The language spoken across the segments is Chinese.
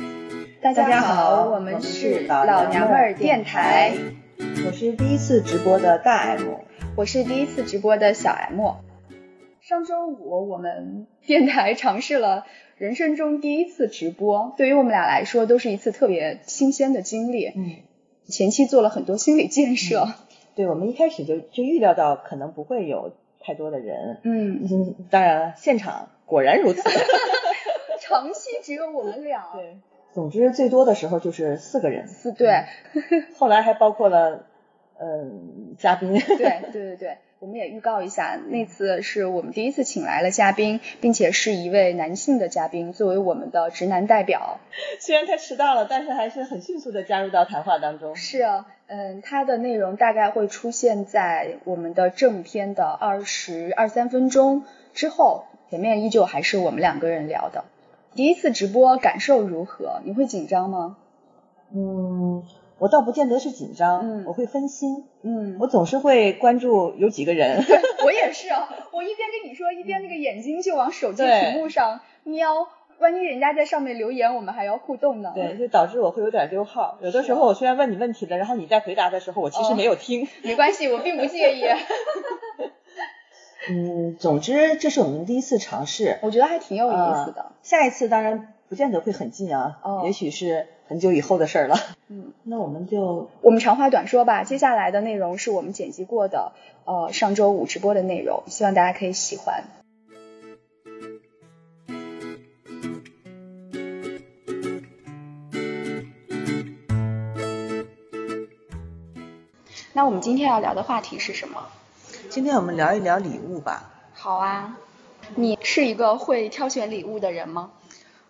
大大家家好，好我我们们是是老老娘娘们们儿儿电电台台，我是第一次直播的大 M，我是第一次直播的小 M。上周五我们电台尝试了人生中第一次直播，对于我们俩来说都是一次特别新鲜的经历。嗯，前期做了很多心理建设，对，我们一开始就就预料到可能不会有太多的人，嗯，嗯，当然了，现场果然 如此。长期只有我们俩，对，总之最多的时候就是四个人，四对 后来还包括了嗯、嘉宾，对对对对，我们也预告一下，那次是我们第一次请来了嘉宾，并且是一位男性的嘉宾，作为我们的直男代表。 虽然他迟到了，但是还是很迅速的加入到谈话当中。是啊，嗯，它的内容大概会出现在我们的正片的二十二三分钟之后，前面依旧还是我们两个人聊的。第一次直播感受如何？你会紧张吗？嗯，我倒不见得是紧张，嗯我会分心，嗯，我总是会关注有几个人。我也是啊，我一边跟你说，一边那个眼睛就往手机对屏幕上瞄，万一人家在上面留言，我们还要互动呢。对，，就导致我会有点溜号。有的是时候我虽然问你问题了，然后你在回答的时候，我其实哦没有听。没关系，我并不介意，嗯，总之这是我们第一次尝试， 我觉得还挺呃有意思的。下一次当然不见得会很近啊，哦也许是很久以后的事儿了。嗯， 那我们就我们长话短说吧，接下来的内容是我们剪辑过的，呃，上周五直播的内容，希望大家可以喜欢。那我们今天要聊的话题是什么？今天我们聊一聊礼物吧。好啊，你是一个会挑选礼物的人吗？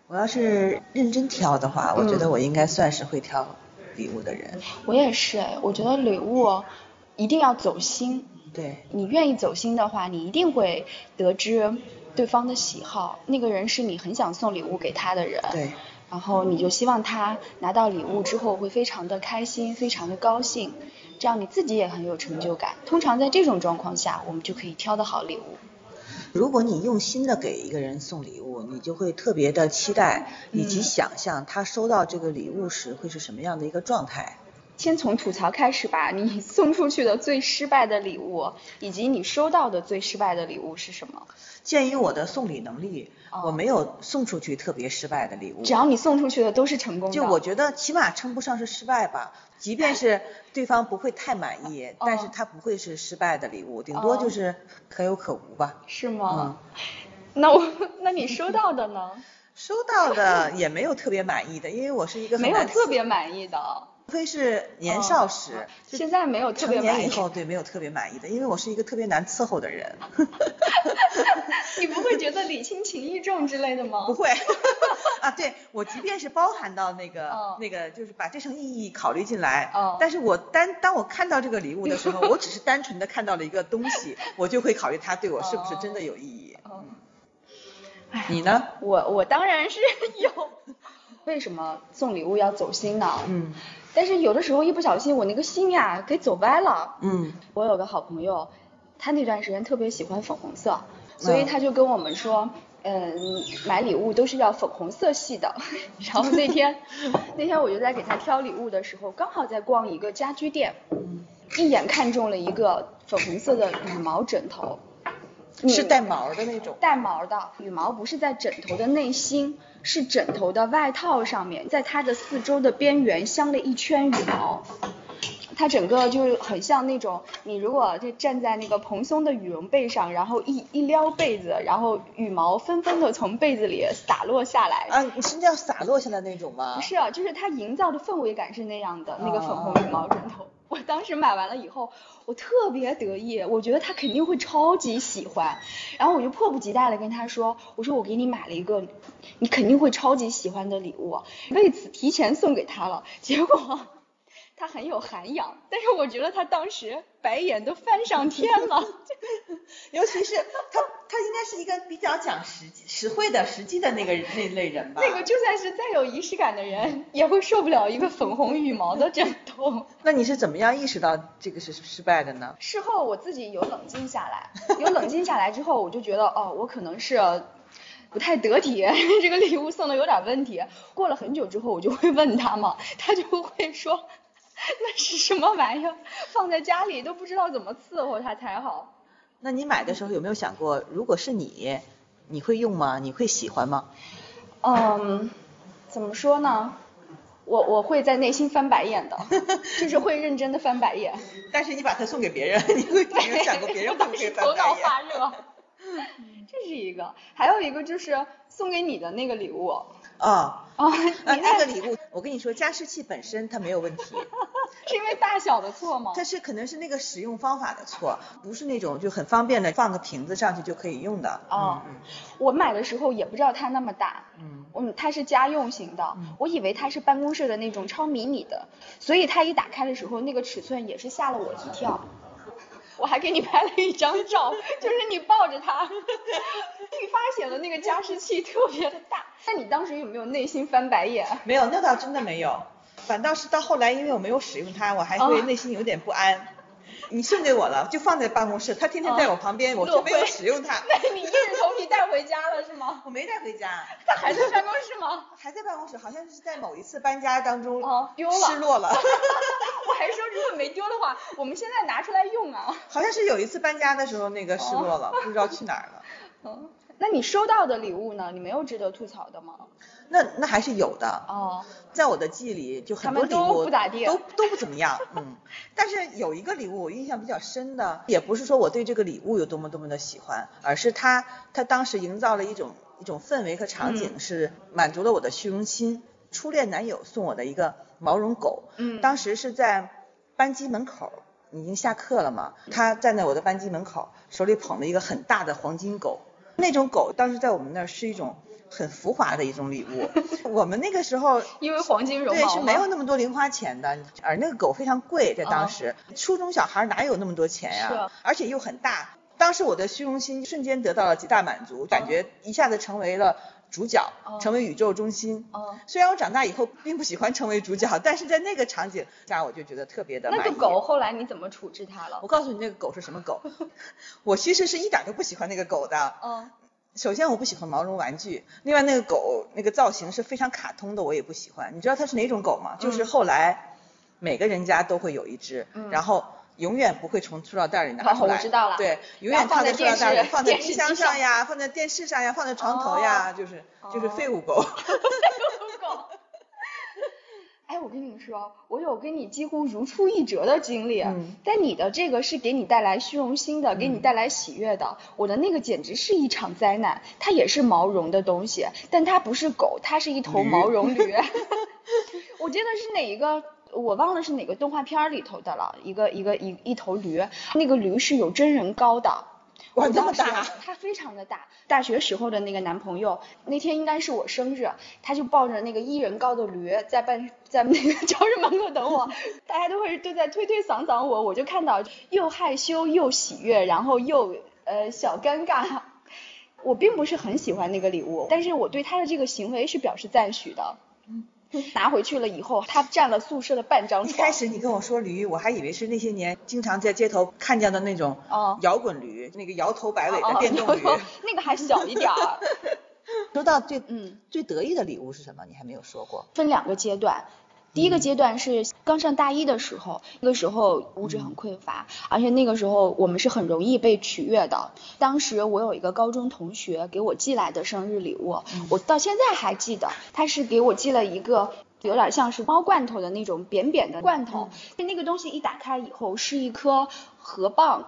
我要是认真挑的话，我觉得嗯我应该算是会挑礼物的人。我也是，哎我觉得礼物哦一定要走心，对，你愿意走心的话，你一定会得知对方的喜好。那个人是你很想送礼物给他的人，对，然后你就希望他拿到礼物之后会非常的开心，非常的高兴，这样你自己也很有成就感。通常在这种状况下，我们就可以挑得好礼物。如果你用心的给一个人送礼物，你就会特别的期待以及嗯想象他收到这个礼物时会是什么样的一个状态。先从吐槽开始吧，你送出去的最失败的礼物，以及你收到的最失败的礼物是什么？嗯鉴于我的送礼能力，哦我没有送出去特别失败的礼物只。要你送出去的都是成功的，就我觉得起码称不上是失败吧，即便是对方不会太满意，但是哦他不会是失败的礼物，顶多哦就是可有可无吧。嗯是吗？那我 那你收到的呢？收到的也没有特别满意的，因为我是一个很没有难特自，别满意的，除非是哦年少时，就现在没有特别成满年意 以。后对没有特别满意的，因为我是一个特别难伺候的人，哦你不会觉得礼轻情意重之类的吗不？会啊，对我即便是包含到那个、哦那个，就是把这层意义考虑进来，哦但是我单当我看到这个礼物的时候，我只是单纯的看到了一个东西，我就会考虑它对我是不是真的有意义。哦你呢？我我当然是 有。为什么送礼物要走心呢？嗯但是有的时候一不小心，我那个心呀给走歪了。嗯，我有个好朋友，他那段时间特别喜欢粉红色，所以嗯他就跟我们说，嗯，买礼物都是要粉红色系的。 然后那天，那天我就在给他挑礼物的时候，刚好在逛一个家居店，一眼看中了一个粉红色的羽毛枕头，是带毛的那种。带毛的羽毛不是在枕头的内心，是枕头的外套上面，在它的四周的边缘镶了一圈羽毛。它整个就是很像那种，你如果就站在那个蓬松的羽绒被上，然后一一撩被子，然后羽毛纷纷的从被子里洒落下来，啊，你是那样洒落下来那种吗？不是、啊，就是它营造的氛围感是那样的，那个粉红哦羽毛枕头。我当时买完了以后，我特别得意，我觉得他肯定会超级喜欢，然后我就迫不及待的跟他说，我说我给你买了一个，你肯定会超级喜欢的礼物，为此提前送给他了。结果他很有涵养，但是我觉得他当时白眼都翻上天了。尤其是他，他应该是一个比较讲实际、实惠的、实际的那个那类人吧。那个就算是再有仪式感的人，也会受不了一个粉红羽毛的枕头。那你是怎么样意识到这个是失败的呢？事后我自己有冷静下来，有冷静下来之后，我就觉得哦，我可能是不太得体， 因为这个礼物送的有点问题。过了很久之后，我就会问他嘛，他就会说那是什么玩意儿，放在家里都不知道怎么伺候它才好。那你买的时候有没有想过，如果是你，你会用吗？你会喜欢吗？嗯，怎么说呢？我我会在内心翻白眼的，就是会认真的翻白眼。但是你把它送给别人，你会有没有想过别人会不会翻头脑白眼？发热。 这是一个，还有一个就是送给你的那个礼物啊、啊、那你那个礼物，我跟你说，加湿器本身它没有问题，是因为大小的错吗？但是可能是那个使用方法的错，不是那种就很方便的放个瓶子上去就可以用的。哦嗯我买的时候也不知道它那么大，嗯嗯，它是家用型的，嗯我以为它是办公室的那种超迷你的，所以它一打开的时候，那个尺寸也是吓了我一 跳。我还给你拍了一张照，就是你抱着 它，并发显的那个加湿器特别的大。那你当时有没有内心翻白眼？没有，那倒真的没有，反倒是到后来，因为我没有使用它，我还哦会内心有点不安。你送给我了，就放在办公室，它天天在我旁边，我哦落就没有灰使用 它，那你硬着头皮带回家了是吗？我没带回家，它还在办公室吗？ 还在办公室，好像是在某一次搬家当中哦丢了失 落了，我还说如果没丢的话，我们现在拿出来用啊。好像是有一次搬家的时候那个失落哦了，不知道去哪儿了。嗯，那你收到的礼物呢？你没有值得吐槽的吗？那那还是有的，哦，在我的记忆里，就很多礼物他们都不咋地都都不怎么样，嗯。 但是有一个礼物我印象比较深的，也不是说我对这个礼物有多么多么的喜欢，而是它它当时营造了一种一种氛围和场景，嗯是满足了我的虚荣心。初恋男友送我的一个毛绒狗，嗯当时是在班级门口。已经下课了嘛，嗯他站在我的班级门口，手里捧了一个很大的黄金狗，那种狗当时在我们那儿是一种很浮华的一种礼 物。我们那个时候因为黄金绒对，毛是吗哦没有那么多零花钱的，而那个狗非常贵，在当时、初中小孩哪有那么多钱呀、是啊而且又很大。当时我的虚荣心瞬间得到了极大满足，感觉一下子成为了主角，哦成为宇宙中心。哦虽然我长大以后并不喜欢成为主角，但是在那个场景下，我就觉得特别的满那意。个狗后来你怎么处置它了我？告诉你，那个狗是什 么狗？我其实是一点都不喜欢那个狗的。嗯，首先，我不喜欢毛绒玩具。另外，那个狗那个造型是非常卡通的，我也不喜欢。你知道它是哪种狗吗？就是后来每个人家都会有一只，嗯然后永远不会从塑料袋里拿出来。哦我知道了对，永然远后放放在在塑料袋电里，视放在电视冰机箱上上呀，放在电视上呀，放在床头呀，就是就是哦废物 狗。狗。哎，我跟你说，我有跟你几乎如出一辙的经历，嗯但你的这个是给你带来虚荣心的，给你带来喜悦的。我的那个简直是一场灾难，它也是毛绒的东西，但它不是狗，它是一头驴毛绒 驴。我记得是哪一个，我忘了是哪个动画片儿里头的了，一个一个一一头驴，那个驴是有真人高的。哇我这么当时大啊它非常的大。大学时候的那个男朋友，那天应该是我生日，他就抱着那个一人高的驴在办在那个 教室门口等我，大家都会都在推推搡搡我，我就看到又害羞又喜悦，然后又呃小尴尬。我并不是很喜欢那个礼物，但是我对他的这个行为是表示赞许的。 拿回去了以后，他占了宿舍的半张嗯一床。开始你跟我说驴，我还以为是那些年经常在街头看见的那种哦摇滚驴，那个摇头摆尾哦的电动驴。哦那个还小一点 儿。说到最嗯最得意的礼物是什么？你还没有说过。分两个阶段。第一个阶段是刚上大一的时候，那个时候物质很匮乏，而且那个时候我们是很容易被取悦的。当时我有一个高中同学给我寄来的生日礼物，我到现在还记得，他是给我寄了一个有点像是猫罐头的那种扁扁的罐头，那个东西一打开以后是一颗河蚌。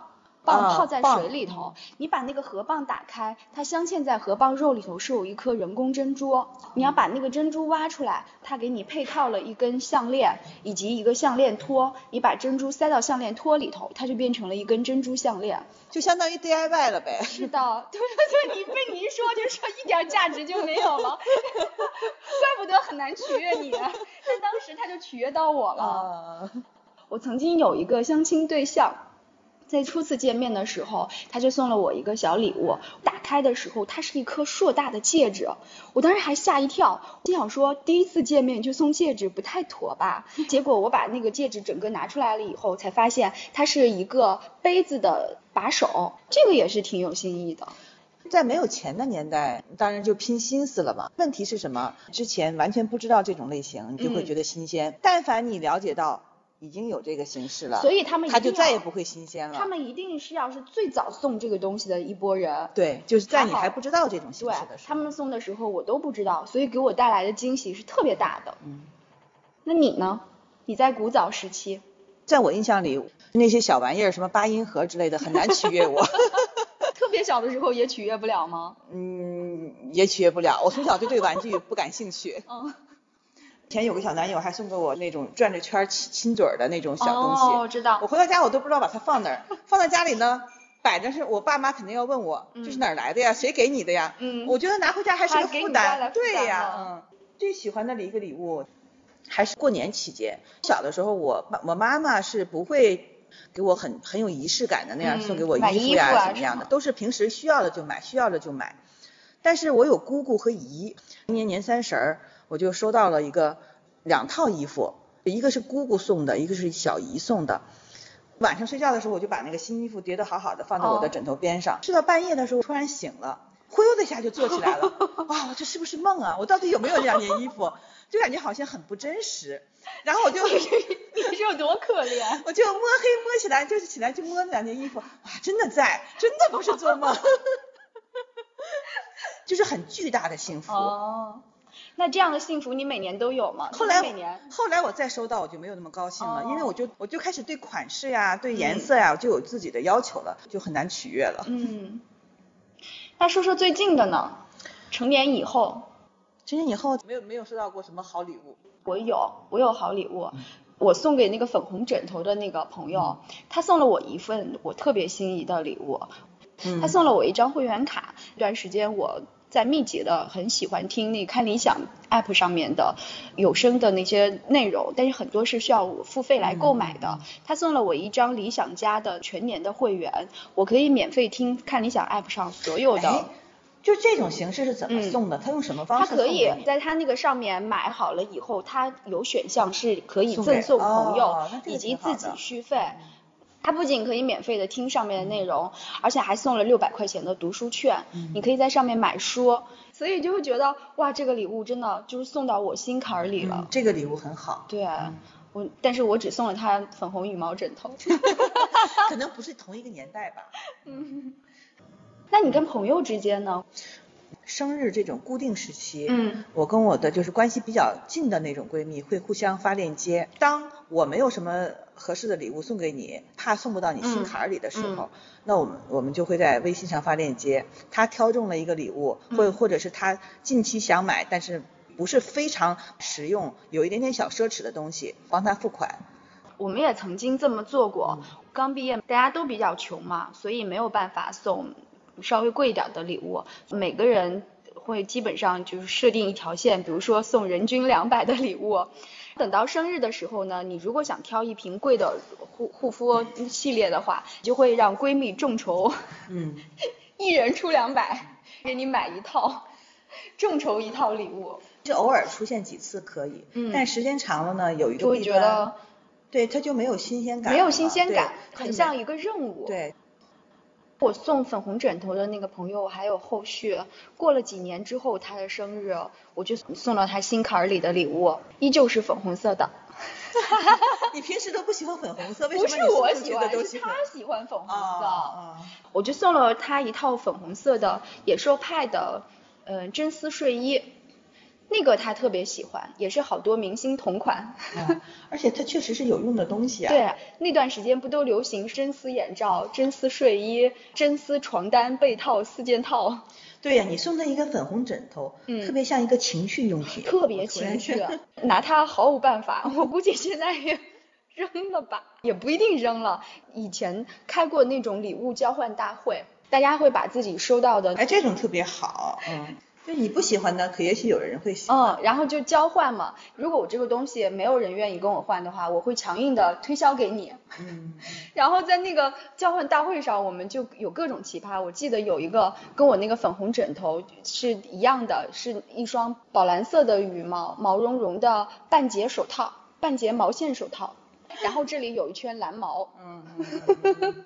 蚌啊泡在蚌水里头，你把那个河蚌打开，它镶嵌在河蚌肉里头是有一颗人工珍珠，你要把那个珍珠挖出来，它给你配套了一根项链以及一个项链托，你把珍珠塞到项链托里头，它就变成了一根珍珠项链。就相当于 DIY 了呗。是 的，对对对，你被你一说就说一点价值就没有了， 怪不得很难取悦你，啊 但当时他就取悦到我了。哦啊，我曾经有一个相亲对象，在初次见面的时候，他就送了我一个小礼物。打开的时候，它是一颗硕大的戒指，我当时还吓一跳，心想说第一次见面就送戒指不太妥吧。结果我把那个戒指整个拿出来了以后，才发现它是一个杯子的把手，这个也是挺有新意的。 在没有钱的年代，当然就拼心思了嘛。问题是什么？之前完全不知道这种类型，你就嗯会觉得新鲜。但凡你了解到已经有这个形式了，所以他们一他就定再要也不会新鲜了。他们一定是要是最早送这个东西的一波人。对，就是在你还好还不知道这种形对式的时候，他们送的时候我都不知道，所以给我带来的惊喜是特别大的。嗯。那你呢？你在古早时期， 在我印象里，那些小玩意儿，什么八音盒之类的，很难取悦 我。特别小的时候也取悦不了吗？嗯，也取悦不了。我从小就对玩具不感兴趣。嗯，以前有个小男友还送给我那种转着圈儿亲亲嘴儿的那种小东西，哦，知道我。回到家我都不知道把它放哪儿，放在家里呢，摆着是我爸妈肯定要问我、这是哪儿来的呀，谁给你的呀？嗯，我觉得拿回家还是还个给负你带来担，负对担呀，嗯了，最喜欢的一个礼物还是过年期间。小的时候我，爸我妈妈是不会给我很很有仪式感的那样嗯送给我买衣衣服呀、服啊怎么样的，什么都是平时需要了就买，需要了就买。但是我有姑姑和姨，今年年三十儿我就收到了一个两套衣服，一个是姑姑送的，一个是小姨送的。晚上睡觉的时候，我就把那个新衣服叠得好好的，放在我的哦枕头边上。睡到半夜的时候，突然醒了，忽悠的一下就坐起来了。啊，我这是不是梦啊？我到底有没有这两件衣服？就感觉好像很不真实。然后我就 你是有多可 怜？我就摸黑摸起来，就是起来去摸那两件衣服，哇，真的在，真的不是做梦， 就是很巨大的幸福。哦，那这样的幸福你每年都有吗？后来每年，后来我再收到，我就没有那么高兴了，因为哦我就我就开始对款式呀、对颜色呀、我就有自己的要求了，就很难取悦了。嗯，那说说最近的呢？成年以后，成年以后没有没有收到过什么好礼物，我有，我有好礼物。嗯我送给那个粉红枕头的那个朋友，他送了我一份我特别心仪的礼物，嗯他送了我一张会员卡。这段时间我在密集的很喜欢听那看理想 app 上面的有声的那些内容，但是很多是需要我付费来购买的。他送了我一张理想家的全年的会员，我可以免费听看理想 app 上所有的。哎就这种形式是怎么嗯送的？他用什么方他式可送以给你？在他那个上面买好了以后，他有选项是可以送赠给送朋友、哦那这个以及挺好自己的续费。他不仅可以免费的听上面的内容，而且还送了六百块钱的读书券，你可以在上面买书，嗯所以就会觉得哇，这个礼物真的就是送到我心坎儿里嗯了。这个礼物很好， 对，我但是我只送了他粉红羽毛枕 头。可能不是同一个年代吧。那你跟朋友之间呢？生日这种固定时期，嗯，我跟我的就是关系比较近的那种闺蜜会互相发链接。当我没有什么合适的礼物送给你，怕送不到你心坎儿里的时候，嗯那我们我们就会在微信上发链接。她挑中了一个礼物，或、嗯或者是她近期想买，但是不是非常实用，有一点点小奢侈的东西，帮她付款。我们也曾经这么做过。嗯刚毕业，大家都比较穷嘛，所以没有办法送稍微贵一点的礼物。每个人会基本上就是设定一条线，比如说送人均两百的礼物。等到生日的时候呢，你如果想挑一瓶贵的护护肤系列的话，就会让闺蜜众筹，嗯，一人出两百，给你买一套，众筹一套礼物，就偶尔出现几次可以，嗯但时间长了呢，有一就个会弊觉端得对，它就没有新鲜感了，没有新鲜对感，它就很没像一个任务。。对。我送粉红枕头的那个朋友，还有后续，过了几年之后，他的生日，我就送到他心坎儿里的礼物，依旧是粉红色的。你平时都不喜欢粉红色，为不什是么你我送出喜去欢，的都是喜他欢？喜欢粉红啊色，啊！我就送了他一套粉红色的野兽派的，嗯、真丝睡衣，那个他特别喜欢，也是好多明星同款。啊而且它确实是有用的东西啊。对，那段时间不都流行真丝眼罩、真丝睡衣、真丝床单、被套四件套。对呀，你送他一个粉红枕头，嗯特别像一个情趣用品。特别我突然情绪觉得，拿它毫无办法。我估计现在也 扔了吧，也不一定扔了。以前开过那种礼物交换大会，大家会把自己收到的哎，这种特别好，嗯，就你不喜欢的，可也许有人会喜欢。嗯，然后就交换嘛。如果我这个东西没有人愿意跟我换的话，我会强硬的推销给你。嗯，然后在那个交换大会上，我们就有各种奇葩。我记得有一个跟我那个粉红枕头是一样的，是一双宝蓝色的羽毛，毛茸茸的半截手套，半截毛线手套，然后这里有一圈蓝毛。嗯嗯嗯嗯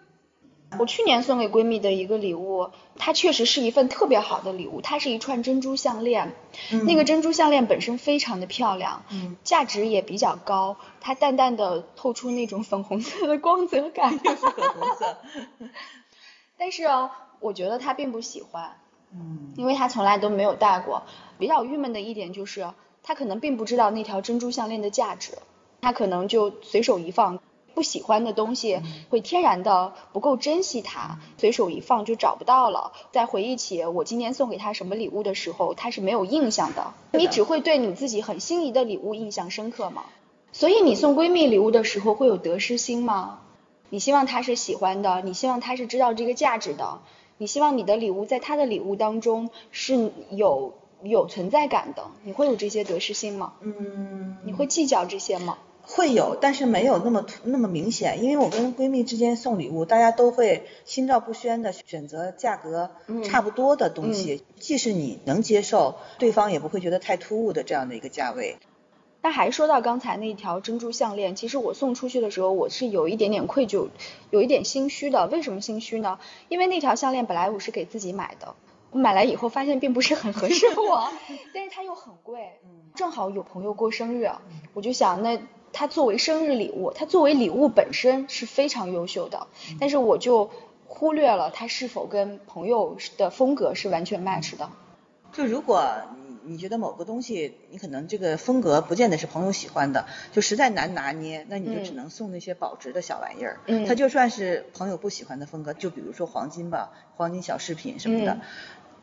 我去年送给闺蜜的一个礼物，它确实是一份特别好的礼物，它是一串珍珠项链，嗯那个珍珠项链本身非常的漂亮，嗯价值也比较高，它淡淡的透出那种粉红色的光泽感，是粉红色， 但是哦，我觉得她并不喜欢，嗯因为她从来都没有戴过。比较郁闷的一点就是，她可能并不知道那条珍珠项链的价值，她可能就随手一放。不喜欢的东西会天然的不够珍惜它，随手一放就找不到了。在回忆起我今年送给她什么礼物的时候，她是没有印象的。你只会对你自己很心仪的礼物印象深刻吗？所以你送闺蜜礼物的时候会有得失心吗？你希望她是喜欢的，你希望她是知道这个价值的，你希望你的礼物在她的礼物当中是有有存在感的，你会有这些得失心吗？嗯，你会计较这些吗？会有，但是没有那么突那么明显，因为我跟闺蜜之间送礼物，大家都会心照不宣的选择价格嗯差不多的东西，既是你能接受，对方也不会觉得太突兀的这样的一个价位。那还说到刚才那条珍珠项链，其实我送出去的时候，我是有一点点愧疚，有一点心虚的。为什么心虚呢？因为那条项链本来我是给自己买的，我买来以后发现并不是很合适我， 但是它又很贵。正好有朋友过生日，啊我就想那。它作为生日礼物，它作为礼物本身是非常优秀的，嗯但是我就忽略了它是否跟朋友的风格是完全 match 的。就如果你你觉得某个东西，你可能这个风格不见得是朋友喜欢的，就实在难拿捏，那你就嗯只能送那些保值的小玩意儿。嗯它就算是朋友不喜欢的风格，就比如说黄金吧，黄金小饰品什么的，嗯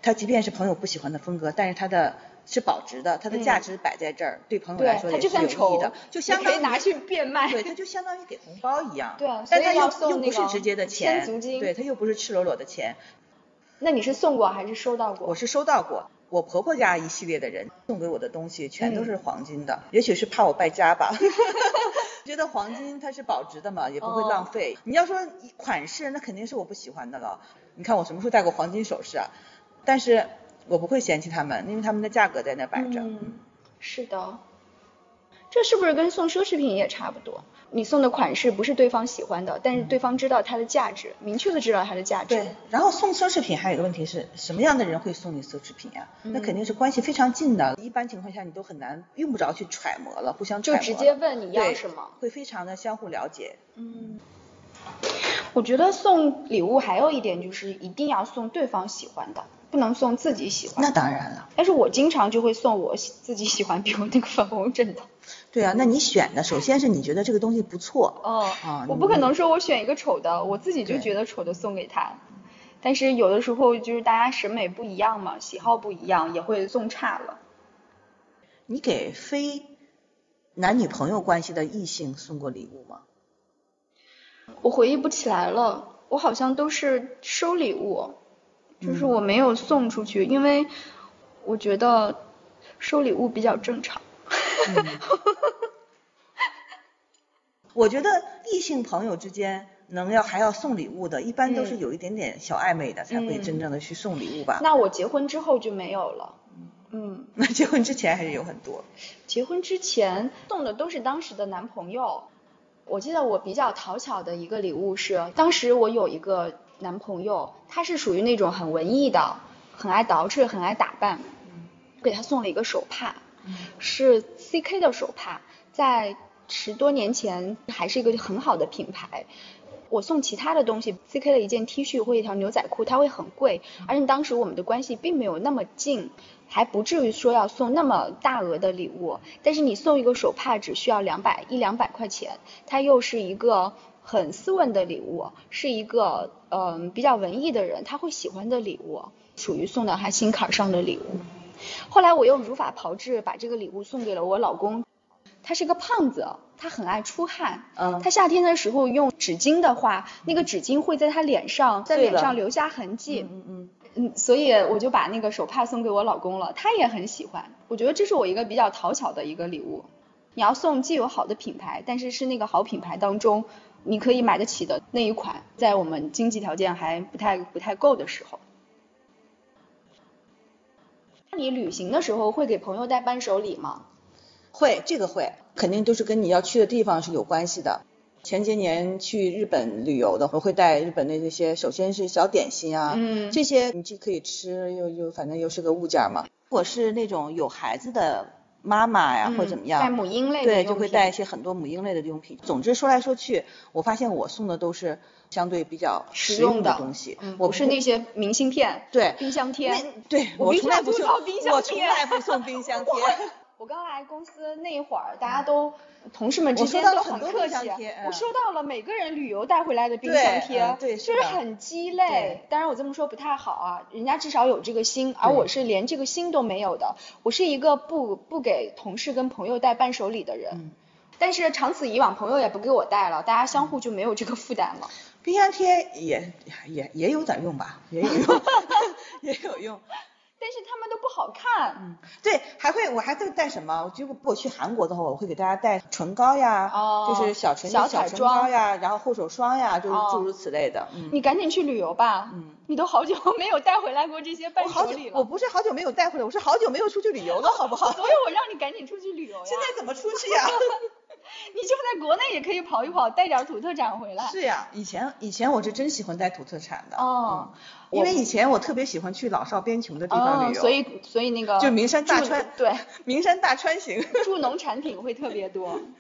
它即便是朋友不喜欢的风格，但是它的是保值的，它的价值摆在这儿，对朋友嗯来嗯对说，它也就是算有意义丑的，，就也相可当以于拿去变 卖。对，它就相当于给红包一样。对啊所但以它要又送又那不是个直接的千钱，足金对，它又不是赤裸裸的钱，那你是送过还是收到过？我是收到过，我婆婆家一系列的人送给我的东西全都是嗯黄金的，也许是怕我败家吧。 觉得黄金它是保值的嘛，也不会哦浪费。你要说款式，那肯定是我不喜欢的了。你看我什么时候戴过黄金首饰啊？但是我不会嫌弃他们，因为他们的价格在那摆着。嗯，是的。这是不是跟送奢侈品也差不多？你送的款式不是对方喜欢的，但是对方知道它的价值，明确的知道它的价值。嗯对，然后送奢侈品还有一个问题是什么样的人会送你奢侈品呀、嗯那肯定是关系非常近的，一般情况下你都很难用不着去揣摩了，互相就揣摩直了接问你要对什么会非常的相互了解。嗯，我觉得送礼物还有一点就是一定要送对方喜欢的，不能送自己喜欢那的。当然了，但是我经常就会送我喜自己喜欢，比如那个粉红枕头。对啊，那你选的首先是你觉得这个东西不错，哦啊， 我你不可能说我选一个丑的，我自己就对觉得丑的送给他。但是有的时候就是大家审美不一样嘛，喜好不一样，也会送差了。你给非男女朋友关系的异性送过礼物吗？我回忆不起来了，我好像都是收礼物，就是嗯我没有送出去，因为我觉得收礼物比较正常。嗯我觉得异性朋友之间能要还要送礼物的，一般都是嗯有一点点小暧昧的，才会嗯真正的去送礼物吧。那我结婚之后就没有了。嗯，那结婚之前还是有很多。结婚之前送的都是当时的男朋友。我记得我比较讨巧的一个礼物是，当时我有一个男朋友，他是属于那种很文艺的，很爱捯饬，很爱打扮，给他送了一个手帕，是 CK 的手帕，在十多年前还是一个很好的品牌。我送其他的东西，CK 的一件 T 恤或一条牛仔裤，它会很贵，而且当时我们的关系并没有那么近，还不至于说要送那么大额的礼物。但是你送一个手帕只需要两百一两百块钱，它又是一个很斯文的礼物，是一个嗯、比较文艺的人他会喜欢的礼物，属于送到他心坎儿上的礼物。后来我又如法炮制，把这个礼物送给了我老公。他是个胖子，他很爱出汗。嗯他夏天的时候用纸巾的话，那个纸巾会在他脸上，在对脸了上留下痕迹。嗯嗯，嗯，所以我就把那个手帕送给我老公了，他也很喜欢。我觉得这是我一个比较讨巧的一个礼物。你要送既有好的品牌，但是是那个好品牌当中你可以买得起的那一款，在我们经济条件还不太不太够的时候。那你旅行的时候会给朋友带伴手礼吗？会这个会，肯定都是跟你要去的地方是有关系的。前些年去日本旅游的，我会带日本的这些，首先是小点心啊，嗯这些你既可以吃，又又反正又是个物件儿嘛。如果是那种有孩子的妈妈呀，或者怎么样，嗯带母婴类的对，用就会品带一些很多母婴类的用品。总之说来说去，我发现我送的都是相对比较实实用的东西。嗯我不是那些明信片、对冰箱贴。 那对我我必须从要来不吐送槽冰，箱我从贴来不送冰箱贴。我刚来公司那一会儿，大家都同事们之嗯我收间到都了很很多客冰箱气贴，我嗯收到了每个人旅游带回来的冰对箱贴嗯，对是就是的很鸡肋对。当然我这么说不太好啊，人家至少有这个心，而对我是连这个心都没有的。我是一个不不给同事跟朋友带伴手礼的人。嗯但是长此以往，朋友也不给我带了，大家相互就没有这个负担了。冰箱贴也也也有点用 吧，也有用，也有用。但是他们都不好看，嗯，对，还会我还会带什么？我如果我去韩国的话，我会给大家带唇膏呀，哦就是小唇小小彩唇妆膏呀，然后护手霜呀，就是哦诸如此类的。嗯，你赶紧去旅游吧。嗯你都好久没有带回来过这些伴我手好久礼了。我不是好久没有带回来，我是好久没有出去旅游了， 好不好？所以我让你赶紧出去旅游呀。现在怎么出去呀？ 你就在国内也可以跑一跑，带点土特产回来。是呀，以前以前我是真喜欢带土特产的。哦嗯，因为以前我特别喜欢去老少边穷的地方嗯，旅游，所以所以那个就名山大住川对，名山大川行。助农产品会特别多。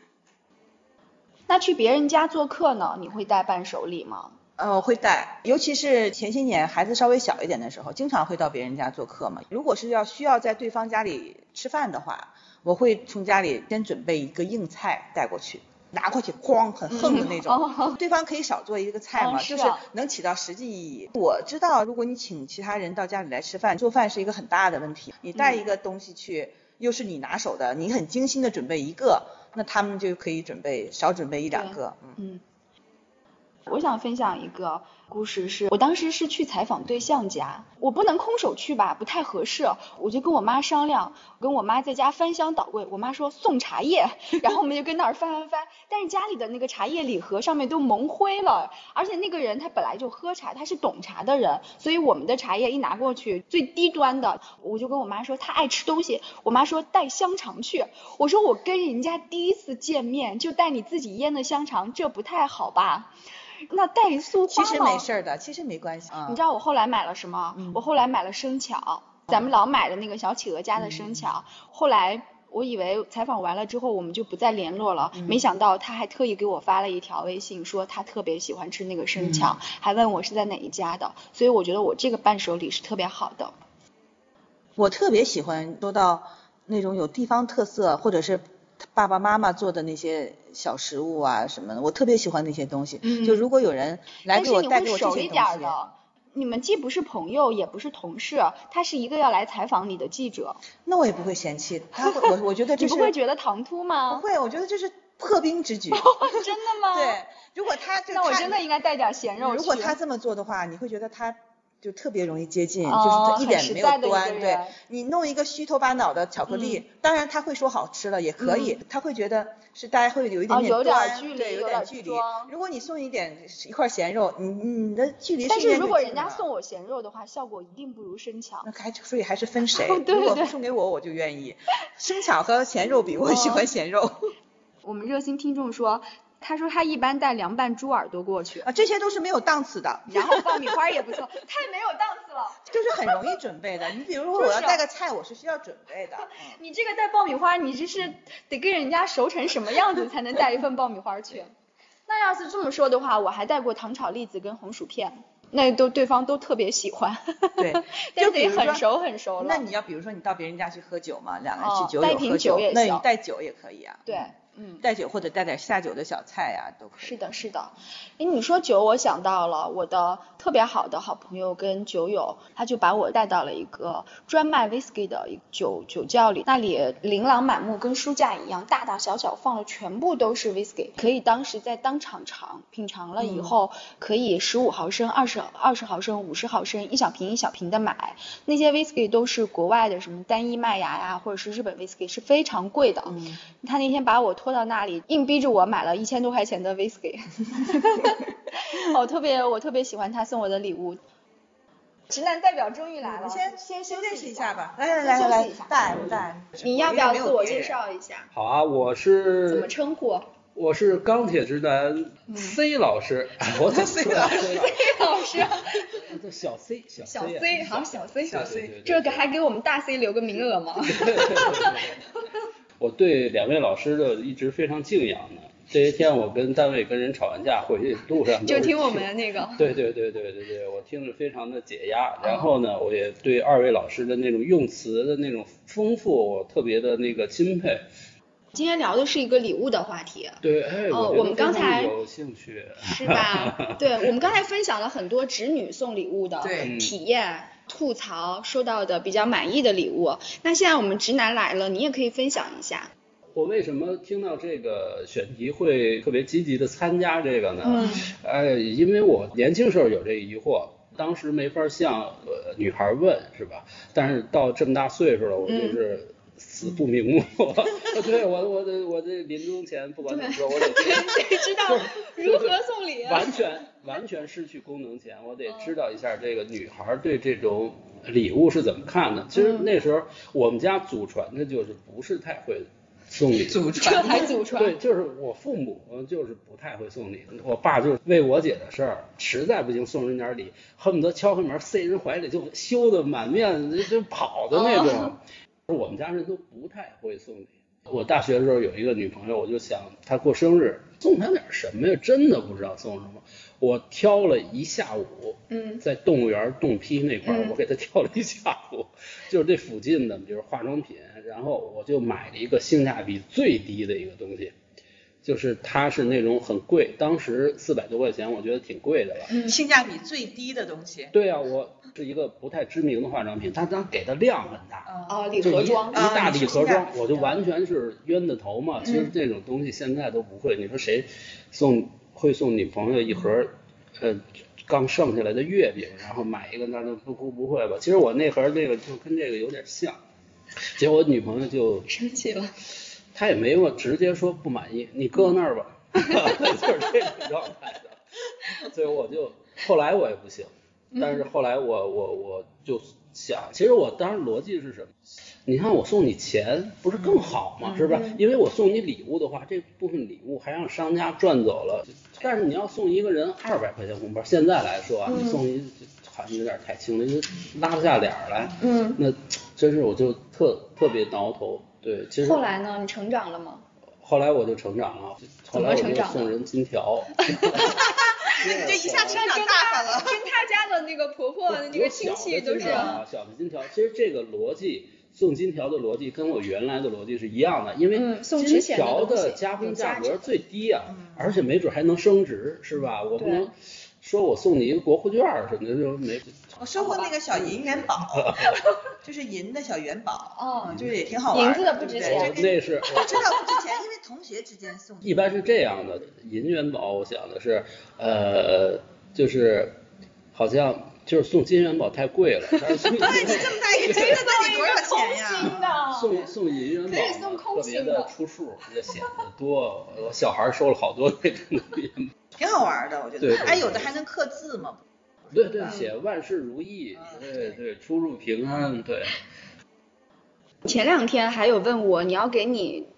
那去别人家做客呢，你会带伴手礼吗？呃，我会带，尤其是前些年孩子稍微小一点的时候，经常会到别人家做客嘛。如果是要需要在对方家里吃饭的话，我会从家里先准备一个硬菜带过去，拿过去哐很横的那种，对方可以少做一个菜嗯哦嘛，是就是啊能起到实际意义。我知道，如果你请其他人到家里来吃饭，做饭是一个很大的问题，你带嗯一个东西去，又是你拿手的，你很精心的准备一个，那他们就可以准备少准备一两对个，嗯。嗯，我想分享一个故事是，我当时是去采访对象家，我不能空手去吧，不太合适，我就跟我妈商量，跟我妈在家翻箱倒柜，我妈说送茶叶， 然后我们就跟那儿翻翻翻，但是家里的那个茶叶礼盒上面都蒙灰了，而且那个人他本来就喝茶，他是懂茶的人，所以我们的茶叶一拿过去最低端的，我就跟我妈说他爱吃东西，我妈说带香肠去，我说我跟人家第一次见面就带你自己腌的香肠，这不太好吧？那带一束花其吗？实没事儿的，其实没关系啊。你知道我后来买了什么？嗯哦我后来买了生巧，咱们老买的那个小企鹅家的嗯生巧。后来我以为采访完了之后我们就不再联络嗯了，没想到他还特意给我发了一条微信，说他特别喜欢吃那个嗯生巧，还问我是在哪一家的。所以我觉得我这个伴手礼是特别好的。我特别喜欢收到那种有地方特色，或者是爸爸妈妈做的那些小食物啊什么的，我特别喜欢那些东西。嗯就如果有人来但给是我你带给会我这熟些一东点儿西，的。你们既不是朋友，也不是同事，他是一个要来采访你的记者，那我也不会 嫌弃他会。我我觉得你这是不会觉得唐突不 吗？会，我觉得这是破冰 之举。真的吗？对，，如果他就那我他真的应该带点咸肉去。如果他这么做的话，你会觉得他就特别容易接近，哦就是他一很点实没在有的一个端。对人嗯你弄一个虚头巴脑的巧克力，当然他会说好吃了也可以，他会觉得是大家会有一哦点有点点端，距离对，有有点距离装。如果你送一点一块咸肉，你你的啊距离但是是如果人家送。我咸肉的话，效果一定不如生巧。那还所以还是分谁， 对如果对不送给我，我就 愿意。生巧和咸肉比，我喜哦欢咸肉我们热心听众说，他说他一般带凉拌猪耳朵过去，啊，这些都是没有档次的，然后爆米花也不错，太没有档次了。就是很容易准备的。你比如说就我要是带个菜，我是需要准备 的。嗯你这个带爆米花，你这是得跟人家熟成什么样子才能带一份爆米花去？ 那要是这么说的话，我还带过糖炒栗子跟红薯片，那都对方都特别喜欢。 对但就是比得如很说熟很熟了。那你要比如说你到别人家去喝酒嘛，两个人哦去酒带友瓶喝酒酒也，那你行带酒也可以啊。对嗯，嗯。带酒或者带点下酒的小菜呀、都可以。是的，是的。哎，你说酒，我想到了我的特别好的好朋友跟酒友，他就把我带到了一个专卖 whisky 的一个酒酒窖里，那里琳琅满目，跟书架一样，大大小小放了全部都是 whisky，可以当时在当场尝，品尝了以后，可以十五毫升、二十二十毫升、五十毫升，一小瓶一小瓶的买。那些 whisky 都是国外的什么单一麦芽呀，或者是日本 whisky 是非常贵的。嗯他那天把我拖到那里，硬逼着我买了一千多块钱的 whisky。我特别我特别喜欢他送我的礼物。直男代表终于来了，我们先嗯先休先息认识一下吧。来先来来来休息一来下，带带。你要不要自我介因为没有别人？绍一下？好啊，我怎么是称呼？我是钢铁直男 C 老师，我怎么 C 老师 C 老师，这小 C 小小 C 啊 C，好像小 C，小 C，对对对这个还给我们大 C 留个名额吗？ 我对两位老师的一直非常敬仰的。这些天我跟单位跟人吵完架，回去路上都就是听我们的那个。对对对对对对，我听着非常的解压。然后呢，我也对二位老师的那种用词的那种丰富，我特别的那个钦佩。今天聊的是一个礼物的话题，对，哎，哦觉得我们刚非常才有兴趣。是吧？对，我们刚才分享了很多侄女送礼物的对体验、吐槽收到的比较满意的礼物。那现在我们直男来了，你也可以分享一下。我为什么听到这个选题会特别积极的参加这个呢？嗯， 哎，因为我年轻时候有这疑惑，当时没法向呃女孩问，是吧？但是到这么大岁数了，我就是嗯死不瞑目。 对我，我的我这临终前不管怎么说，我得得知道 如何送礼。啊哦完全完全失去功能前，我得知道一下这个女孩对这种礼物是怎么看的。其实嗯那时候我们家祖传的就是不是太会送礼，祖这传还祖传。对，就是我父母就是不太会送礼，我爸就是为我姐的事儿，实在不行送人点礼，恨不得敲开门塞人怀里就羞得满面就就跑的那种。我们家人都不太会送礼。我大学的时候有一个女朋友，我就想她过生日送她点什么呀？真的不知道送什么。我挑了一下午，嗯在动物园洞批那块儿，嗯我给她挑了一下午，就是这附近的，比如化妆品，然后我就买了一个性价比最低的一个东西，就是它是那种很贵，当时四百多块钱，我觉得挺贵的了。嗯性价比最低的东西。对啊，我是一个不太知名的化妆品，它当给的量很大，嗯哦，就礼盒一装一。啊大你是礼盒性价装，比我就的完全是冤的头嘛。其实这种东西现在都不会，你说谁送会送女朋友一盒，呃，刚剩下来的月饼，然后买一个那就不不不会吧？其实我那盒那个就跟这个有点像，结果我女朋友就生气了。她也没有直接说不满意，你搁那儿 吧，就是这种状态的。所以我就后来我也不行，嗯但是后来我我我就想，其实我当时逻辑是什么？你看我送你钱不是更好嗯吗？是吧？因为我送你礼物的话，这部分礼物还让商家赚走了。但是你要送一个人二百块钱红包，现在来说啊，嗯你送一好像有点太轻了，因为拉不下脸儿来。嗯。那真是我就特特别挠头。对，其实嗯后来呢？你成长了吗？后来我就成长了，后怎么来我成就长的送人金条。 啊你这一下成长跟大他发了。跟他家的那个婆婆那个亲戚都我小的金是条啊小的金条。其实这个逻辑送金条的逻辑跟我原来的逻辑是一样的，因为嗯送金值钱的条东西加工有价价格值嗯最低啊，而且没准还能升值，是吧？我不对能说我送你一个国库券儿什么的，就没。我收过那个小银元 宝，就是银的小元宝，嗯哦，就是也挺好玩。银子的不值对钱对这我跟那是我知道不值钱，因为同学之间送。一般是这样的，银元宝，我想的是，呃，就是好像就是送金元宝太贵了，但是送 哎，你这么大一个，这个到底多少钱呀？的。送送银元宝哦可以送空特别心的的出数，也显得多。我小孩收了好多那种的，挺好玩的，我觉对得对。哎，有的还能刻字嘛。 对对，嗯写万事如意，对对，出入平安，对。啊前两天还有问我，你要给你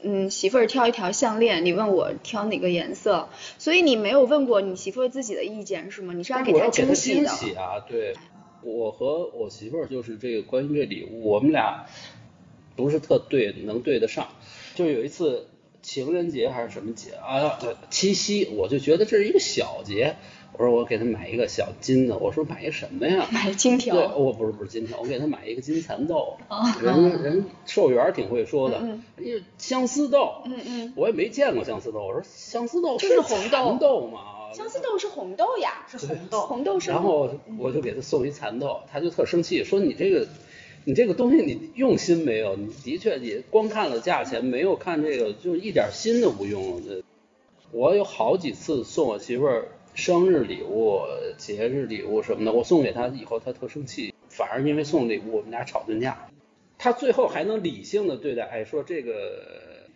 嗯媳妇儿挑一条项链，你问我挑哪个颜色，所以你没有问过你媳妇儿自己的意见是吗？你是要给我要她给惊他惊的。喜啊，对。我和我媳妇儿就是这个关于这礼物，我们俩不是特对，能对得上。就有一次情人节还是什么节啊，呃七夕，我就觉得这是一个小节，我说我给她买一个小金的，我说买一个什么呀？买金对，哦条，哦我不是不是金条，我给他买一个金蚕豆，人人售员儿挺会说的嗯，人家相思豆，嗯嗯，我也没见过相思豆，我说相思豆就是红豆蚕豆嘛，相思豆是红豆呀，是红豆，红豆嗯是然后我就给他送一蚕豆，他就特生气，说你这个你这个东西你用心没有？你的确也光看了价钱，没有看这个，就一点心都不用。呃我有好几次送我媳妇儿生日礼物、节日礼物什么的，我送给她以后，她特生气，反而因为送礼物我们俩吵顿架。她最后还能理性的对待，哎，说这个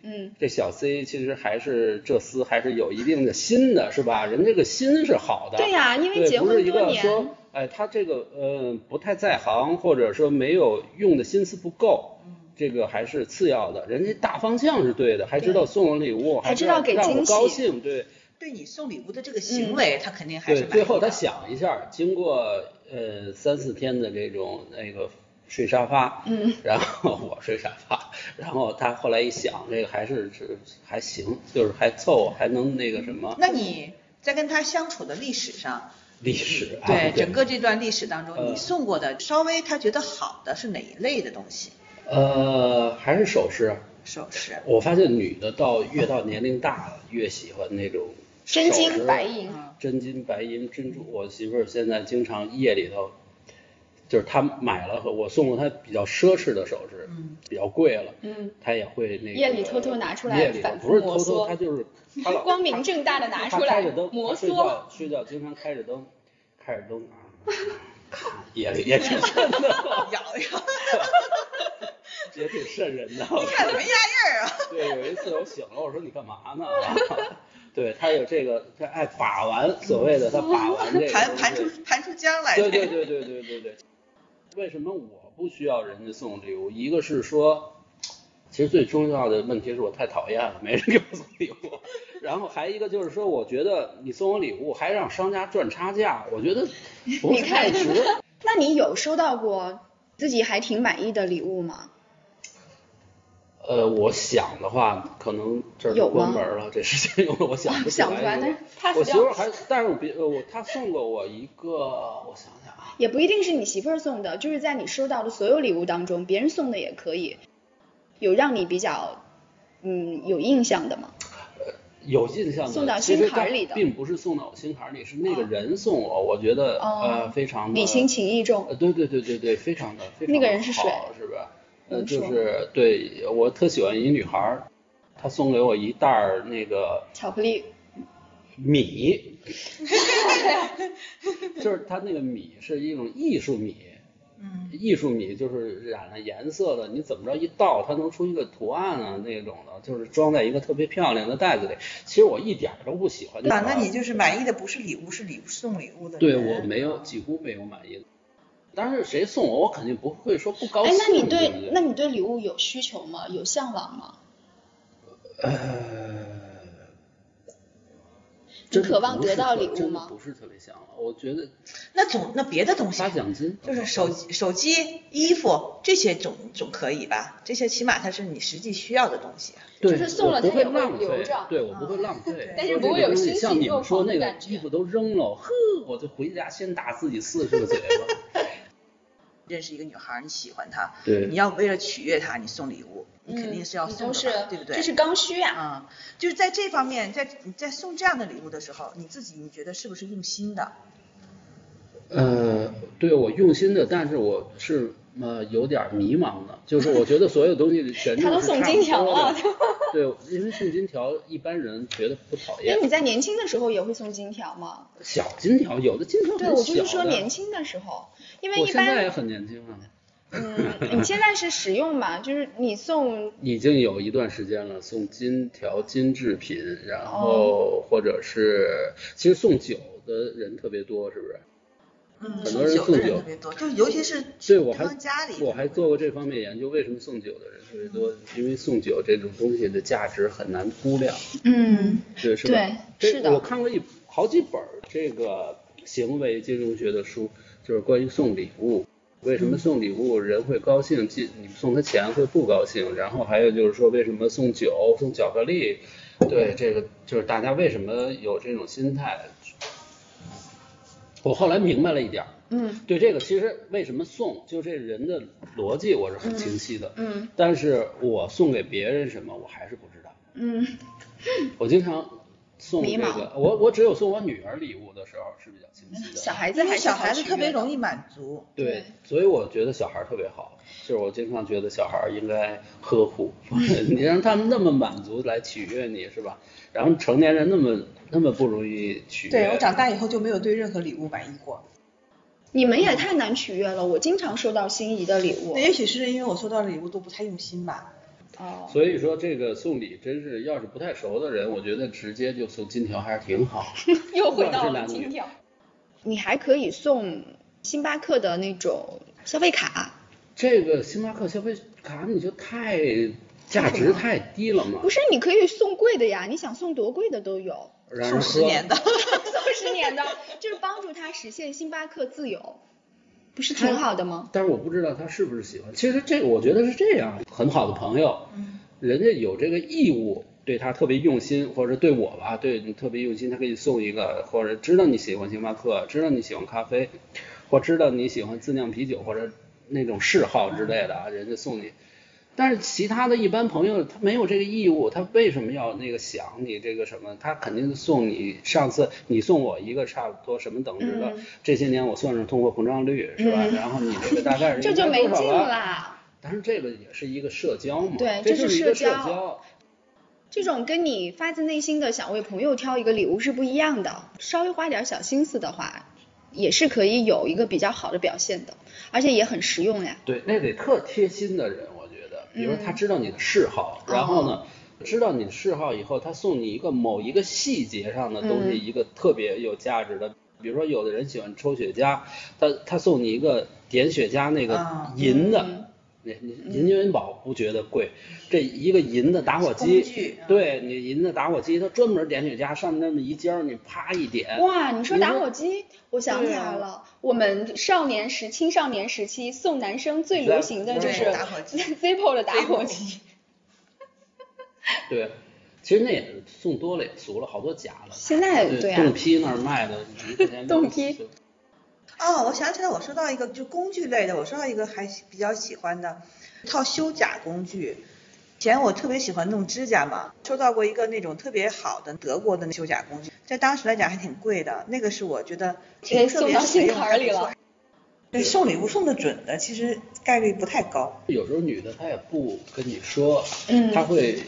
嗯这小 C 其实还是这厮还是有一定的心的，是吧？人这个心是好的。对呀因为对结不是婚一多个年说，嗯嗯哎，他这个呃不太在行，或者说没有用的心思不够。这个还是次要的，人家大方向是对的，还知道送我礼物，还知知道给让我惊喜高兴，对对你送礼物的这个行为，他肯定还嗯对是。最后他他，想一下，经过呃三四天的这种那个睡沙发，嗯，然后我睡沙发，然后他后来一想，这个还是是还行，就是还凑合，还能那个什么那你在跟他相处的历史上，历史啊，对整个这段历史当中，呃你送过的稍微他觉得好的是哪一类的东西？呃还是首饰。首饰，我发现女的到越到年龄大了，越喜欢那种真首金饰白银，嗯真金白银珍珠，我媳妇儿现在经常夜里头，就是她买了和我送过她比较奢侈的首饰，嗯比较贵了，嗯，她也会那个夜里偷偷拿出来夜里头反复不是摩偷偷，挲她就是她 老光明正大的拿出她来开着灯，摩她睡挲，觉睡觉经常开着灯，开着 灯啊，看夜里也挺瘆的，咬一 咬，也挺 瘆人的。看怎么压印儿啊？ 对，有一次我醒了，我说你干嘛呢？啊 对他有这个，他爱把玩，所谓的他把玩这个盘东盘西出盘出浆来。对对对对对对对。为什么我不需要人家送礼物？一个是说，其实最重要的问题是我太讨厌了，没人给我送礼物。然后还一个就是说，我觉得你送我礼物还让商家赚差价，我觉得不是太值。那你有收到过自己还挺满意的礼物吗？呃，我想的话，可能这儿有就关吗门了，这事情 我想不起想不出来来但是 pass 有我媳掉妇儿还，但是我别呃我她送过我一个，我想想啊，也不一定是你媳妇儿送的，就是在你收到的所有礼物当中，别人送的也可以，有让你比较嗯有印象的吗？有印象的，送到其实心坎儿她里的并不是送到我心坎儿里，是那个哦人送我，我觉得哦呃非常的礼轻情意重呃，对对对对对，非常的非常那个的人是好谁是吧？呃，能就说是对我特喜欢一女孩儿，她送给我一袋儿那个巧克力，米，就是它那个米是一种艺术米，嗯，艺术米就是染了颜色的，你怎么着一倒，它能出一个图案啊那种的，就是装在一个特别漂亮的袋子里。其实我一点儿都不喜欢。啊，那你就是满意的不是礼物，是礼物送礼物的人。对我没有几乎没有满意的，但是谁送我，我肯定不会说不高哎兴。，那你不对那你对礼物有需求吗？有向往吗？呃你真的渴望不得是到特礼物真的吗？不是特别想了，我觉得那总那别的东西发，奖金就是手机手机、衣服这些总总可以吧？这些起码它是你实际需要的东西啊。对，就是送我了不他会也会浪留费着对我不 会浪费，嗯但是说不这会个有东西欣喜像你若们说狂的那个感觉衣服都扔了，呵，我就回家先打自己四十个嘴巴。呃认识一个女孩儿，你喜欢她，对你要为了取悦她，你送礼物，你肯定是要嗯送都的嘛，是对不对？这是刚需呀、啊、就是在这方面，在你在送这样的礼物的时候，你自己你觉得是不是用心的？呃，对我用心的，但是我是呃有点迷茫的，就是我觉得所有东西全他都是送差金不条多了 的。对，因为送金条一般人觉得不嗯讨哎厌，，你在年轻的时候也会送金条吗？小金条有的金条对，很我就是小说的年轻的时候，因为我一现在也般，很年轻啊，嗯，你现在是实用嘛，就是你送已经有一段时间了，送金条、金制品，然后哦或者是，其实送酒的人特别多，是不是？嗯，很多人送酒的送人酒特别多，就尤其是对，对我还方家里，我还做过这方面研究，为什么送酒的人特别多？因为送酒这种东西的价值很难估量，嗯，对，是吧？对这是的我看过一好几本儿这个行为金融学的书，就是关于送礼物。为什嗯么送礼物人会高兴？即你送他钱会不高兴？然后还有就是说，为什么送酒、送巧克力？对，这个就是大家为什么有这种心态。我后来明白了一点儿，嗯对这个其实为什么送，就这人的逻辑我是很清晰的，嗯但是我送给别人什么我还是不知道。嗯，我经常送迷这茫个，我我只有送我女儿礼物的时候是比较清晰的。小孩子因为还小孩子特别易，容易满足，对对，所以我觉得小孩儿特别好，就是我经常觉得小孩儿应该呵护，你让他们那么满足来取悦你是吧？然后成年人那么那么不容易取悦。对我长大以后就没有对任何礼物满意过。你们也太难取悦了，我经常收到心仪的礼物那，也许是因为我收到的礼物都不太用心吧。哦，所以说这个送礼真是，要是不太熟的人，我觉得直接就送金条还是挺好。又回到了金条。你还可以送星巴克的那种消费卡，这个星巴克消费卡你就太价值太低了嘛不，是，你可以送贵的呀，你想送多贵的都有，让数人十喝。年 的，送十年的，就是帮助他实现星巴克自由，不是挺好的吗？但是我不知道他是不是喜欢。其实这个我觉得是这样，很好的朋友，嗯人家有这个义务对他特别用心，或者对我吧，对你特别用心，他给你送一个，或者知道你喜欢星巴克，知道你喜欢咖啡，或知道你喜欢自酿啤酒或者那种嗜好之类的嗯啊，人家送你。但是其他的一般朋友他没有这个义务，他为什么要那个想你这个什么？他肯定送你上次你送我一个差不多什么等值的，嗯这些年我算算通货膨胀率是吧？嗯然后你这个大概 是这就应该没多少劲了啦。但是这个也是一个社交嘛，对这这是是一个社社交这种跟你发自内心的想为朋友挑一个礼物是不一样的，稍微花点小心思的话，也是可以有一个比较好的表现的，而且也很实用呀。对，那得特贴心的人，我觉得，比如说他嗯知道你的嗜好，然后呢，知道你的嗜好以后，他送你一个某一个细节上的东西，嗯一个特别有价值的。比如说，有的人喜欢抽雪茄，他他送你一个点雪茄那个啊银的，嗯那你银元宝不觉得贵？这一个银的打火工具机啊，对你银的打火机，它专门点雪茄，上面那么一尖儿，你啪一点，哇，你说你打说火机，我想起对啊来了，我们少年时、青少年时期送男生最流行的就对是打火机 Zippo 的打火机，对，其实那也送多了也俗了，好多假了。现在对对，啊冻，批那儿卖的，一块钱冻批就 哦，我想起来，我收到一个就工具类的，我收到一个还比较喜欢的一套修甲工具。以前我特别喜欢弄指甲嘛，收到过一个那种特别好的德国的修甲工具，在当时来讲还挺贵的，那个是我觉得挺给特送别到实心用坎儿里了。。对，送礼物送的准的，其实概率不太高。有时候女的她也不跟你说，嗯她会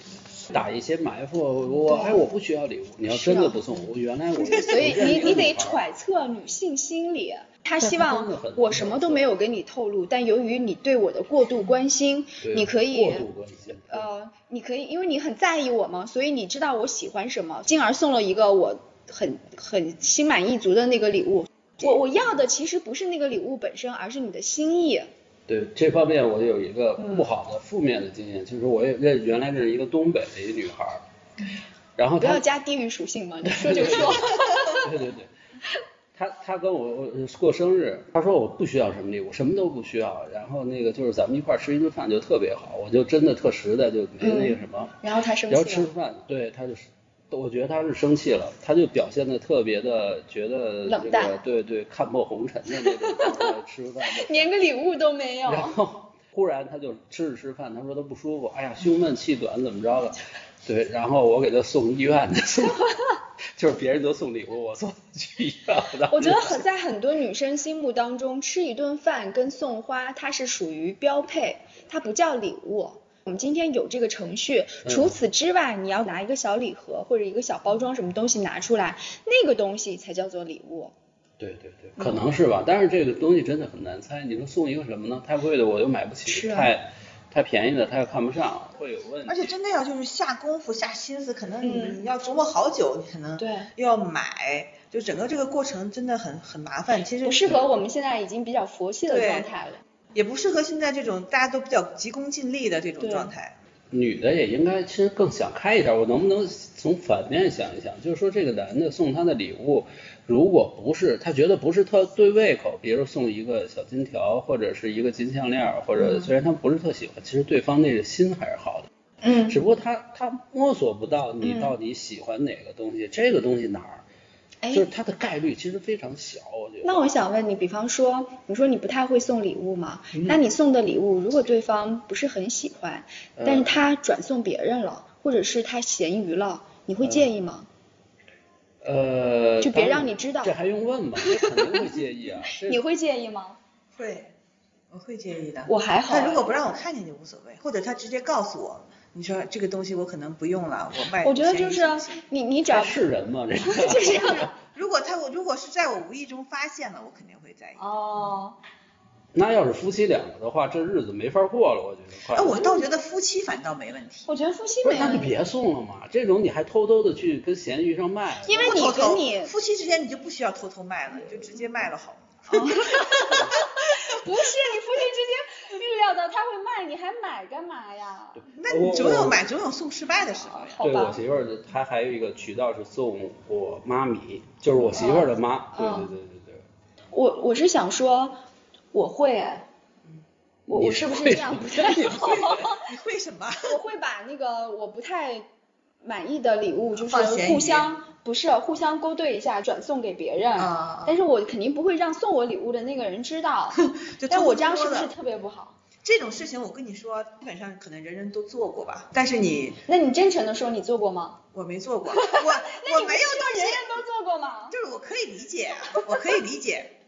打一些埋伏。我哎，我不需要礼物，你要真的不送我，原来我啊所以我认你识你个女得孩揣儿测女性心理，她但希她真的望很我什么都没有给你透露，但由于你对我的过度关心，对你可以过度关心。呃，你可以因为你很在意我嘛，所以你知道我喜欢什么，进而送了一个我很很心满意足的那个礼物。我我要的其实不是那个礼物本身，而是你的心意。对这方面，我有一个嗯不好的负面的经验，就是我也认原来认识一个东北的一女孩儿，然后嗯不要她加地域属性嘛，你说就说。 对对对，他他跟我我过生日，他说我不需要什么礼物，什么都不需要。然后那个就是咱们一块儿吃一顿饭就特别好，我就真的特实在，就没那个什么。 然后他嗯生 然后气吃了，饭，对，他就是，我觉得他是生气了，他就表现的特别的觉得冷这个淡对对看破红尘的那种状态吃饭的。连个礼物都没有。 然后忽然他就吃着吃饭，他说他不舒服，哎呀，胸闷气短怎么着的，对，然后我给他送医院去，送 就是别人都送礼物，我送他去医院。我觉得很在很多女生心目当中，吃一顿饭跟送花，它是属于标配，它不叫礼物。我们今天有这个程序，除此之外，你要拿一个小礼盒或者一个小包装什么东西拿出来，那个东西才叫做礼物。对对对，可能是吧，但是这个东西真的很难猜。你说送一个什么呢？太贵的我又买不起，是啊太太便宜的他又看不上，会有问题。而且真的要就是下功夫下心思，可能你、嗯你要琢磨好久，你可能对又要买，就整个这个过程真的很很麻烦。其实不适合我们现在已经比较佛系的对状态了。也不适合现在这种大家都比较急功近利的这种对状态。女的也应该其实更想开一点，我能不能从反面想一想，就是说这个男的送她的礼物，如果不是他觉得不是特对胃口，比如送一个小金条或者是一个金项链儿，或者虽然他不是特喜欢，其实对方那个心还是好的。嗯只，不过他他摸索不到你嗯到底喜欢哪个东西，这个东西哪儿，哎就是它的概率其实非常小，我觉得。那我想问你，比方说，你说你不太会送礼物嘛？那你送的礼物，如果对方不是很喜欢，但是嗯他转送别人了，或者是他闲鱼了，你会介意吗？呃，就别当让然你知道这还用问吗？这肯定会介意 啊。这你会介意吗？会，我会介意的。我还好他如果不让我看见就无所谓，或者他直接告诉我，你说这个东西我可能不用了，我哎卖。我觉得就是啊便宜行不行你你只这要哎是人吗？这个 就是让如果他我如果是在我无意中发现了，我肯定会在意。哦，那要是夫妻两个的话，这日子没法过了，我觉得快。哎，我倒觉得夫妻反倒没问题。我觉得夫妻不是，没那问你 题，别送了嘛，这种你还偷偷的去跟闲鱼上卖，因为不你偷偷跟你夫妻之间你就不需要偷偷卖了，你就直接卖了好。不是你夫妻之间，预料到他会卖，你还买干嘛呀？那我你总有我买，总有送失败的时 候呀。好对我吧，媳妇儿的，她还有一个渠道是送我妈米，就是我媳妇儿的妈。对对哦嗯对对对。我我是想说，我会哎，我我是不是这样不太好？ 你会什么？我会把那个我不太满意的礼物，就是放闲鱼互相不是互相勾兑一下，转送给别人。啊但是我肯定不会让送我礼物的那个人知道 就。但我偷偷这样是不摸是的特别不好？这种事情我跟你说，基本上可能人人都做过吧，但是你那你真诚的说，你做过吗？我没做 过，我我你不没是有说东人西，人都做过吗？就是我可以理解，我可以理解。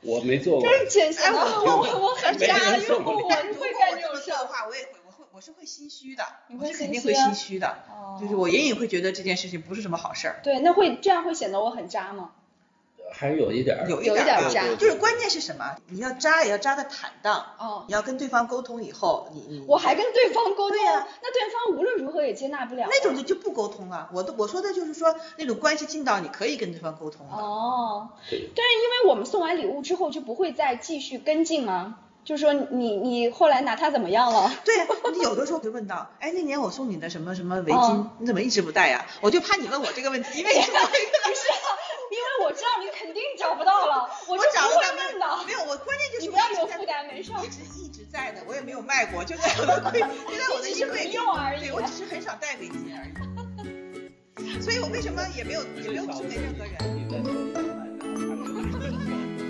我没做过，而且显得哎我我我我很没渣人，因为送我我礼我但如不果会我干这这种么事做 儿的。话，我也会，我会，我是会心虚的，你我会是肯心定虚会啊心虚的，就是我隐隐会觉得这件事情不是什么好事儿，对，那会这样会显得我很渣吗？还是有一点儿。有一有一点点儿啊儿渣对就是关键是什么？你要扎也要扎的坦荡，哦，你要跟对方沟通以后，你你我还跟对方沟通，对呀那对方无论如何也接纳不了。那种就就不沟通了。我都我说的就是说那种关系近到你可以跟对方沟通了。哦，但是对因为我们送完礼物之后就不会再继续跟进吗？就说你你后来拿它怎么样了？对呀、你有的时候会问到，哎，那年我送你的什么什么围巾，嗯你怎么一直不戴呀、我就怕你问我这个 问题，因为你不是，啊因为我知道你肯定找不到了，我我就找不了会但没问有的没。有，我关键就是你不我要一直有在负担没事儿一直一直在的，我也没有卖过，就在我 的柜，就在我的你只衣是柜不里，用而已对我只是很少戴围巾而已。 所以我为什么也没有也没有最质问少任何人。 你在做买卖还是有一点儿